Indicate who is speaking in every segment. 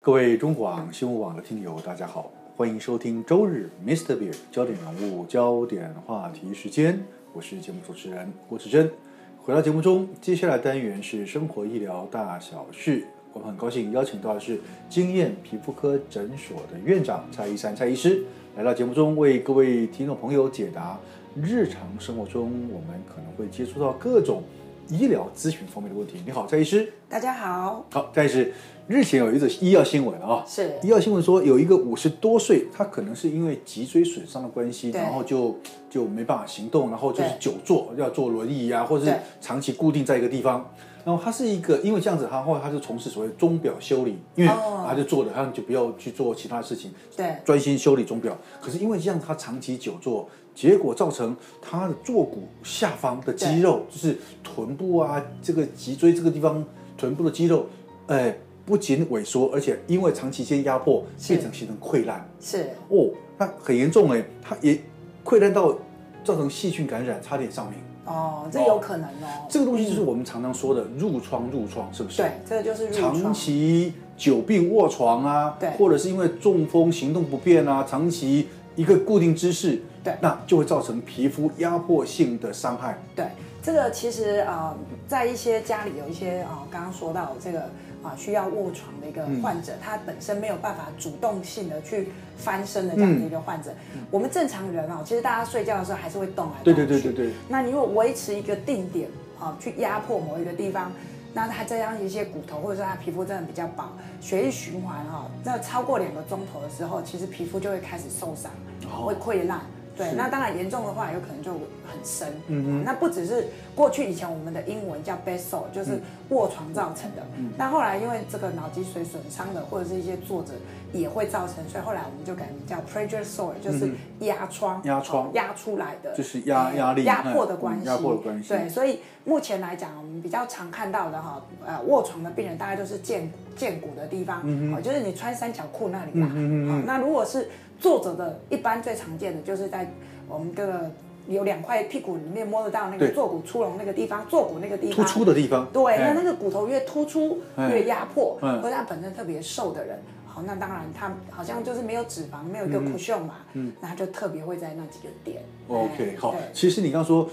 Speaker 1: 各位中广新闻网的听友，大家好，欢迎收听周日 Mr. Beer 焦点人物、焦点话题时间，我是节目主持人郭志珍。回到节目中，接下来单元是生活医疗大小事。我们很高兴邀请到的是经验皮肤科诊所的院长蔡一山蔡医师来到节目中，为各位听众朋友解答日常生活中我们可能会接触到各种医疗咨询方面的问题。你好，蔡医师。
Speaker 2: 大家好，
Speaker 1: 好，但是日前有一则医药新闻啊，
Speaker 2: 是
Speaker 1: 医药新闻说有一个五十多岁，他可能是因为脊椎损伤的关系，
Speaker 2: 对
Speaker 1: 然后就就没办法行动，然后就是
Speaker 2: 对
Speaker 1: 久坐，要坐轮椅啊，或者是
Speaker 2: 对
Speaker 1: 长期固定在一个地方。然后他是一个，因为这样子，他后来他就从事所谓钟表修理，因为
Speaker 2: 哦
Speaker 1: 他就做了，他就不要去做其他事情，
Speaker 2: 对
Speaker 1: 专心修理钟表。可是因为这样，他长期久坐，结果造成他的坐骨下方的肌肉，就是臀部啊，这个脊椎这个地方，臀部的肌肉，哎、不仅萎缩，而且因为长期间压迫，
Speaker 2: 是
Speaker 1: 变成形成溃烂。
Speaker 2: 是，
Speaker 1: 哦，那很严重哎、他也溃烂到造成细菌感染，差点上命。
Speaker 2: 哦，这有可能哦，
Speaker 1: 这个东西就是我们常常说的褥疮，褥疮是不是？
Speaker 2: 对，这个就是褥
Speaker 1: 长
Speaker 2: 疮，
Speaker 1: 期久病卧床啊，
Speaker 2: 对
Speaker 1: 或者是因为中风行动不便啊，长期一个固定姿势，
Speaker 2: 对
Speaker 1: 那就会造成皮肤压迫性的伤害。
Speaker 2: 对，这个其实啊、呃在一些家里有一些啊、呃刚刚说到这个啊、需要卧床的一个
Speaker 1: 嗯
Speaker 2: 患者，他本身没有办法主动性的去翻身的这
Speaker 1: 嗯
Speaker 2: 样子一个患者，我们正常人哦，其实大家睡觉的时候还是会动来动去，
Speaker 1: 对对对对对，
Speaker 2: 那你如果维持一个定点啊，去压迫某一个地方，那它这样一些骨头或者是它皮肤真的比较薄，血液循环哈、那超过两个钟头的时候，其实皮肤就会开始受伤，
Speaker 1: 哦
Speaker 2: 会溃烂。对
Speaker 1: 是，
Speaker 2: 那当然严重的话，有可能就很深。
Speaker 1: 嗯哼
Speaker 2: 嗯那不只是过去以前我们的英文叫 basal，就是
Speaker 1: 嗯
Speaker 2: 卧床造成的。那后来因为这个脑脊髓损伤的，或者是一些坐着也会造成，所以后来我们就改名叫 pressure sore，就是压疮。
Speaker 1: 嗯压疮
Speaker 2: 哦压出来的。
Speaker 1: 就是压
Speaker 2: 哎
Speaker 1: 压力
Speaker 2: 压迫的关
Speaker 1: 嗯
Speaker 2: 系，
Speaker 1: 压迫的关系
Speaker 2: 对，所以目前来讲，我们比较常看到的哈，呃，卧床的病人大概就是胫胫骨的地方，
Speaker 1: 嗯
Speaker 2: 哦，就是你穿三角裤那里啦。好，那如果是坐着的，一般最常见的就是在我们这个有两块屁股里面摸得到那个
Speaker 1: 对
Speaker 2: 坐骨出笼那个地方，坐骨那个地
Speaker 1: 突
Speaker 2: 方
Speaker 1: 出的地方，
Speaker 2: 对，
Speaker 1: 哎
Speaker 2: 那那个骨头越突出
Speaker 1: 哎
Speaker 2: 越压迫，
Speaker 1: 嗯
Speaker 2: 或者他本身特别瘦的人，好，那当然他好像就是没有脂肪，没有一个
Speaker 1: 嗯
Speaker 2: cushion 嘛，那他就特别会在那几个点。
Speaker 1: OK
Speaker 2: 哎
Speaker 1: 好
Speaker 2: 对。
Speaker 1: 其实你刚刚说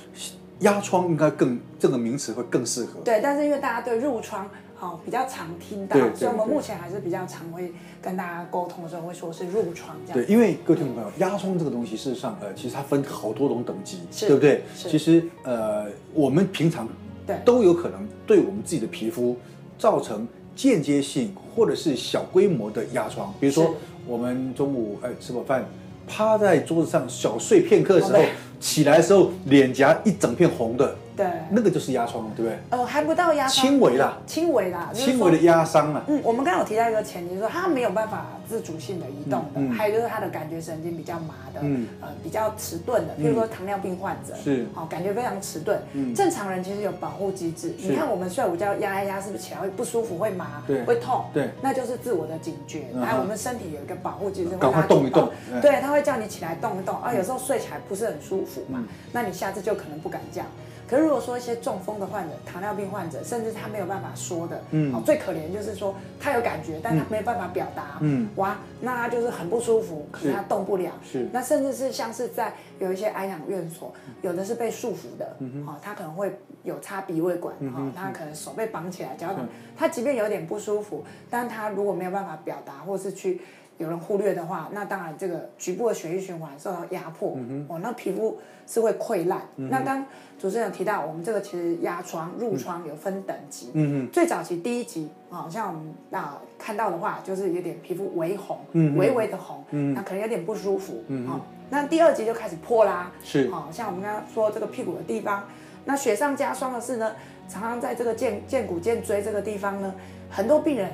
Speaker 1: 压疮应该更这个名词会更适合。
Speaker 2: 对，但是因为大家对褥疮好、比较常听到
Speaker 1: 对，对
Speaker 2: 所以我们
Speaker 1: 对
Speaker 2: 目前还是比较常会跟大家沟通的时候会说是褥疮这样。
Speaker 1: 对，因为各位听众朋友，压疮这个东西，事实上，呃，其实它分好多种等级，
Speaker 2: 是
Speaker 1: 对不对？
Speaker 2: 是
Speaker 1: 其实，呃，我们平常
Speaker 2: 对
Speaker 1: 都有可能对我们自己的皮肤造成间接性或者是小规模的压疮，比如
Speaker 2: 是
Speaker 1: 说我们中午哎吃饱饭。趴在桌子上小睡片刻的时候
Speaker 2: 哦对，
Speaker 1: 起来的时候脸颊一整片红的，
Speaker 2: 对
Speaker 1: 那个就是压疮了，对不对？
Speaker 2: 呃，还不到压疮，
Speaker 1: 轻微啦，
Speaker 2: 轻微啦，就是
Speaker 1: 轻
Speaker 2: 说
Speaker 1: 微的压伤啊。
Speaker 2: 嗯，我们刚刚有提到一个前提，说他没有办法自主性的移动的，
Speaker 1: 嗯嗯
Speaker 2: 还有就是他的感觉神经比较麻的，
Speaker 1: 嗯
Speaker 2: 呃，比较迟钝的，譬如说糖尿病患者，
Speaker 1: 是嗯
Speaker 2: 哦，感觉非常迟钝。正常人其实有保护机制，
Speaker 1: 是
Speaker 2: 你看我们睡午觉压一压，是不是起来会不舒服、会麻、
Speaker 1: 对
Speaker 2: 会痛？
Speaker 1: 对
Speaker 2: 那就是自我的警觉，
Speaker 1: 嗯哼
Speaker 2: 然后我们身体有一个保护机制，
Speaker 1: 赶快
Speaker 2: 会拉
Speaker 1: 动一动
Speaker 2: 警报对，他会叫你起来动一动啊，有时候睡起来不是很舒服
Speaker 1: 嗯
Speaker 2: 嘛，那你下次就可能不敢这样。可是如果说一些中风的患者、糖尿病患者，甚至他没有办法说的，嗯，哦，最可怜就是说他有感觉，但他没有办法表达，
Speaker 1: 嗯
Speaker 2: 嗯，哇，那他就是很不舒服，可
Speaker 1: 是
Speaker 2: 能他动不了，
Speaker 1: 是嗯
Speaker 2: 那甚至是像是在有一些安养院所，有的是被束缚的，哦，他可能会有插鼻胃管，
Speaker 1: 嗯
Speaker 2: 哦，他可能手被绑起来，脚绑，他即便有点不舒服，但他如果没有办法表达，或是去。有人忽略的话，那当然这个局部的血液循环受到压迫，哦，那皮肤是会溃烂。那刚主持人有提到，我们这个其实压疮、褥疮有分等级，
Speaker 1: 嗯
Speaker 2: 最早期第一集，好、像我们啊、看到的话，就是有点皮肤微红，
Speaker 1: 嗯
Speaker 2: 微微的红，那可能有点不舒服，
Speaker 1: 嗯
Speaker 2: 哦那第二集就开始破啦，
Speaker 1: 是
Speaker 2: 哦，像我们刚刚说这个屁股的地方，那雪上加霜的是呢，常常在这个剑剑骨、剑椎这个地方呢，很多病人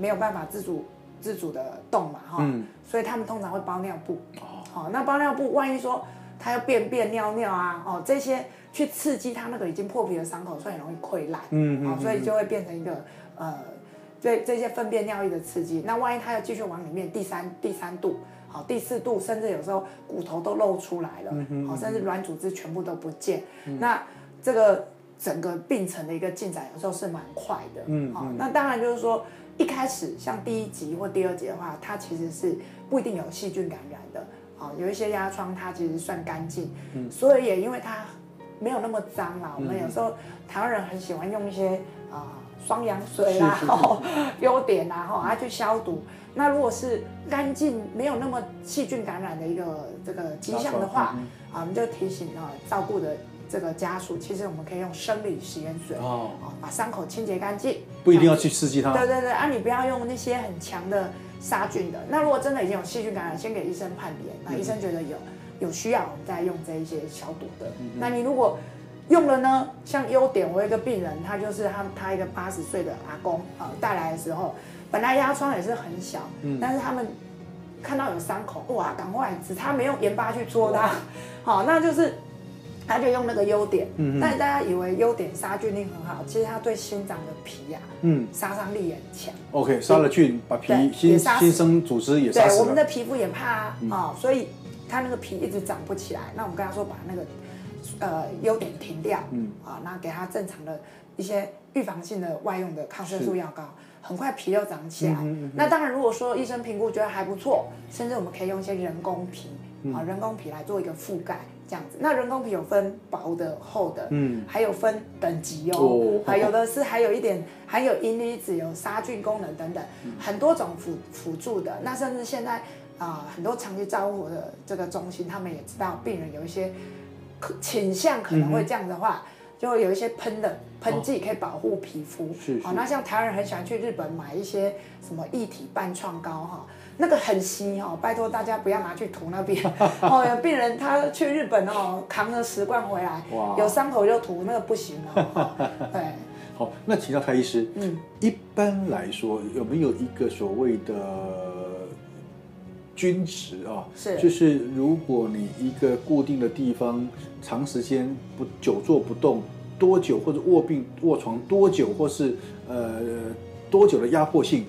Speaker 2: 没有办法自主自主的动嘛，哈、
Speaker 1: 嗯
Speaker 2: 所以他们通常会包尿布，哦，那包尿布万一说他要便便、尿尿啊，哦这些去刺激他那个已经破皮的伤口，所以很容易溃烂，
Speaker 1: 嗯嗯
Speaker 2: 哦，所以就会变成一个呃，对这些粪便、尿液的刺激。那万一他要继续往里面第三第三度，好、第四度，甚至有时候骨头都露出来了，好、甚至软组织全部都不见，那这个整个病程的一个进展有时候是蛮快的，嗯，好、那当然就是说。一开始像第一集或第二集的话，它其实是不一定有细菌感染的。哦，有一些压疮它其实算干净，所以也因为它没有那么脏啦。我们有时候台湾人很喜欢用一些啊、呃双氧水啦、
Speaker 1: 是是是
Speaker 2: 哦 优点啦、哈、它去消毒。那如果是干净没有那么细菌感染的一个这个迹象的话，
Speaker 1: 嗯
Speaker 2: 啊，我们就提醒啊、照顾的这个家属，其实我们可以用生理食盐水
Speaker 1: 哦，
Speaker 2: 哦，把伤口清洁干净。
Speaker 1: 不一定要去刺激
Speaker 2: 对
Speaker 1: 它。
Speaker 2: 对对，啊，你不要用那些很强的杀菌的。那如果真的已经有细菌感染，先给医生判别，那医生觉得有有需要，我们再用这一些消毒的。那你如果用了呢，像优点，我有一个病人，他就是他他一个八十岁的阿公啊、呃带来的时候，本来压疮也是很小，但是他们看到有伤口，哇，赶快止，他没用盐巴去戳它， 好，那就是他就用那个优点，但是大家以为优点杀菌力很好，其实它对心脏的啊皮呀、
Speaker 1: 嗯
Speaker 2: 杀伤力也很强。
Speaker 1: ，OK，杀了菌，把皮
Speaker 2: 对也
Speaker 1: 新
Speaker 2: 杀死
Speaker 1: 新生组织也杀
Speaker 2: 对，我
Speaker 1: 死了。
Speaker 2: 们
Speaker 1: 嗯
Speaker 2: 的皮肤也怕啊，哦，所以它那个皮一直长不起来。那我们跟他说把那个呃优点停掉，嗯，啊，那给他正常的一些预防性的外用的抗生素药膏，很快皮又长起来。那当然，如果说医生评估觉得还不错，甚至我们可以用一些人工皮，啊、人工皮来做一个覆盖。这样子，那人工皮有分薄的、厚的，嗯，还有分等级哦
Speaker 1: 哦，
Speaker 2: 还有的是还有一点含有银离子、有杀菌功能等等，很多种辅辅助的。那甚至现在啊、很多长期照护的这个中心，他们也知道病人有一些可倾向可能会
Speaker 1: 嗯
Speaker 2: 这样的话，就会有一些喷的喷剂可以保护皮肤。
Speaker 1: 哦是是
Speaker 2: 哦，那像台湾人很喜欢去日本买一些什么一体半创膏哈、那个很稀哦，拜托大家不要拿去涂 那边哦。有病人他去日本哦，扛了十罐回来
Speaker 1: 哇，
Speaker 2: 有伤口就涂，那个不行哦。 哦对，
Speaker 1: 好，那请教蔡医师，
Speaker 2: 嗯，
Speaker 1: 一般来说有没有一个所谓的均值啊？
Speaker 2: 是
Speaker 1: 就是如果你一个固定的地方长时间不久坐不动，多久或者卧病卧床多久，或是呃多久的压迫性，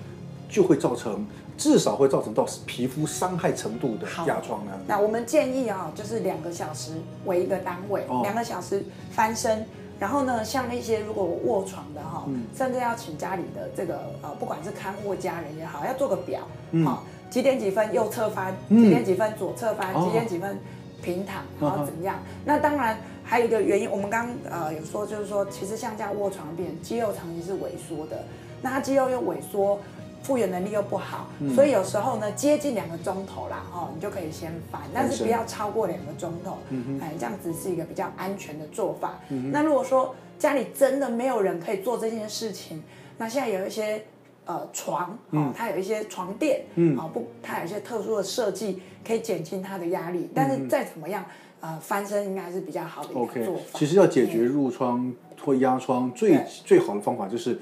Speaker 1: 就会造成至少会造成到皮肤伤害程度的
Speaker 2: 好
Speaker 1: 压疮呢？
Speaker 2: 那我们建议啊、就是两个小时为一个单位，
Speaker 1: 哦
Speaker 2: 两个小时翻身。然后呢，像那些如果卧床的哈、甚至要请家里的这个呃，不管是看护家人也好，要做个表，好、几点几分右侧翻，几点几分左侧翻，
Speaker 1: 哦
Speaker 2: 几点几分平躺，
Speaker 1: 嗯
Speaker 2: 然后
Speaker 1: 哼
Speaker 2: 怎么样？那当然还有一个原因，我们刚呃有说就是说，其实像这样卧床的病人，肌肉长期是萎缩的，那他肌肉又萎缩，复原能力又不好，
Speaker 1: 嗯
Speaker 2: 所以有时候呢，接近两个钟头啦，哦，你就可以先翻，但是不要超过两个钟头，
Speaker 1: 嗯
Speaker 2: 哎，这样子是一个比较安全的做法。那如果说家里真的没有人可以做这件事情，那现在有一些呃床，
Speaker 1: 嗯
Speaker 2: 哦，它有一些床垫，嗯，哦不，它有一些特殊的设计可以减轻它的压力，但是再怎么样，呃，翻身应该是比较好的一个
Speaker 1: 嗯 OK，
Speaker 2: 做法。嗯
Speaker 1: 其实要解决褥疮或压疮，最
Speaker 2: 对
Speaker 1: 最好的方法就是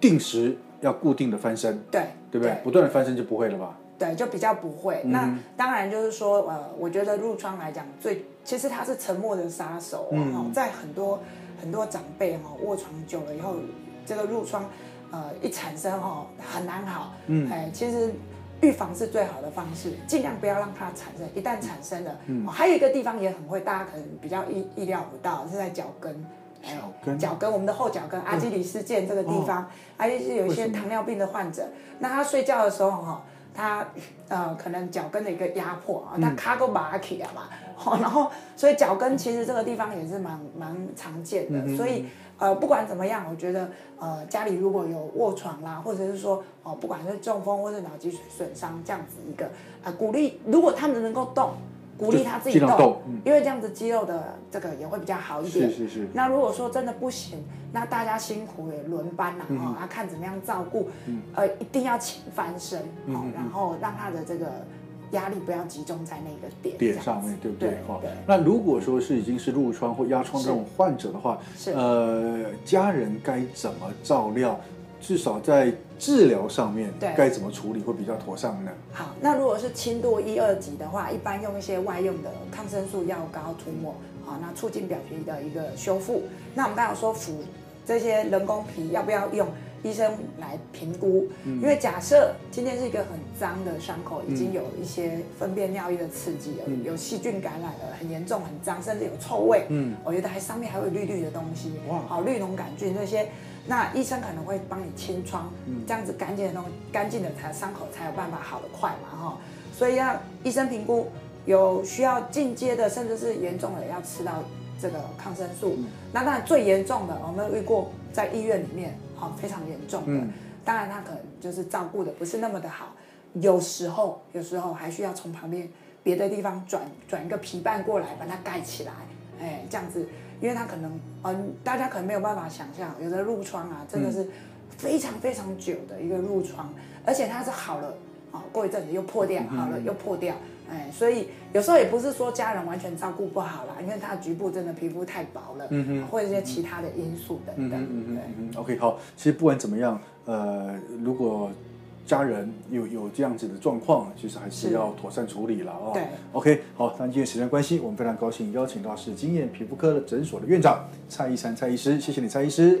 Speaker 1: 定时要固定的翻身，
Speaker 2: 对
Speaker 1: 对不对？不断的翻身就不会了吧？
Speaker 2: 对，就比较不会。
Speaker 1: 嗯
Speaker 2: 那当然就是说，呃，我觉得褥疮来讲，最其实它是沉默的杀手、哦
Speaker 1: 嗯
Speaker 2: 哦在很多很多长辈哦卧床久了以后，这个褥疮呃一产生哦很难好。嗯，哎，其实预防是最好的方式，尽量不要让它产生。一旦产生了，
Speaker 1: 嗯
Speaker 2: 哦、还有一个地方也很会，大家可能比较意意料不到，是在脚跟。哎
Speaker 1: 脚跟
Speaker 2: 脚跟，我们的后脚跟，阿基里斯腱这个地方，还有一些有
Speaker 1: 嗯
Speaker 2: 一
Speaker 1: 为
Speaker 2: 些
Speaker 1: 什么
Speaker 2: 糖尿病的患者，那他睡觉的时候哈、他呃可能脚跟的一个压迫啊，
Speaker 1: 嗯
Speaker 2: 他卡个马起啊嘛，哦，然后所以脚跟其实这个地方也是蛮蛮常见
Speaker 1: 嗯
Speaker 2: 的，所以呃不管怎么样，我觉得呃家里如果有卧床啦，或者是说哦、不管是中风或是脑脊髓损伤这样子一个啊、鼓励如果他们能够动。鼓励他自
Speaker 1: 就
Speaker 2: 己
Speaker 1: 尽量动嗯
Speaker 2: 因为这样子肌肉的这个也会比较好一点。
Speaker 1: 是是是
Speaker 2: 那如果说真的不行，那大家辛苦也轮班
Speaker 1: 嗯
Speaker 2: 啦、哈、啊，看怎么样照顾，呃，一定要请翻身，
Speaker 1: 嗯
Speaker 2: 哦，然后让他的这个压力不要集中在那个点
Speaker 1: 点
Speaker 2: 这样
Speaker 1: 上
Speaker 2: 子
Speaker 1: 面对不
Speaker 2: 对
Speaker 1: 对？哈
Speaker 2: 对，
Speaker 1: 那如果说是已经是褥疮或压疮这种患者的话
Speaker 2: 是，
Speaker 1: 呃，家人该怎么照料？至少在治疗上面
Speaker 2: 对
Speaker 1: 该怎么处理会比较妥当呢？
Speaker 2: 好，那如果是轻度一二级的话，一般用一些外用的抗生素药膏涂抹，好，那促进表皮的一个修复。那我们刚才有说辅这些人工皮要不要用，医生来评估。因为假设今天是一个很脏的伤口，已经有一些粪便尿液的刺激了，有细菌感染了，很严重、很脏，甚至有臭味。嗯，我觉得还上面还有绿绿的东西，
Speaker 1: 哇
Speaker 2: 好绿脓杆菌这些。那医生可能会帮你清创，这样子干净的东干净的才伤口才有办法好得快嘛哈、所以要医生评估有需要进阶的，甚至是严重的要吃到这个抗生素。那当然最严重的，我们有遇过在医院里面，好、非常严重的，当然他可能就是照顾的不是那么的好，有时候有时候还需要从旁边别的地方转转一个皮瓣过来把它盖起来，哎，这样子，因为他可能嗯、大家可能没有办法想象，有的褥疮啊真的是非常非常久的一个褥疮，而且它是好了。哦，过一阵子又破掉，好了又破掉，哎，所以有时候也不是说家人完全照顾不好啦，因为他局部真的皮肤太薄了，嗯或者一些其他的因素等等，
Speaker 1: 嗯
Speaker 2: 对。
Speaker 1: 嗯嗯，OK，好。其实不管怎么样，呃，如果家人有有这样子的状况，其实还是
Speaker 2: 是
Speaker 1: 要妥善处理了哦。
Speaker 2: 对
Speaker 1: ，OK，好。那因为时间关系，我们非常高兴邀请到是经验皮肤科的诊所的院长蔡医生蔡医师，谢谢你，蔡医师。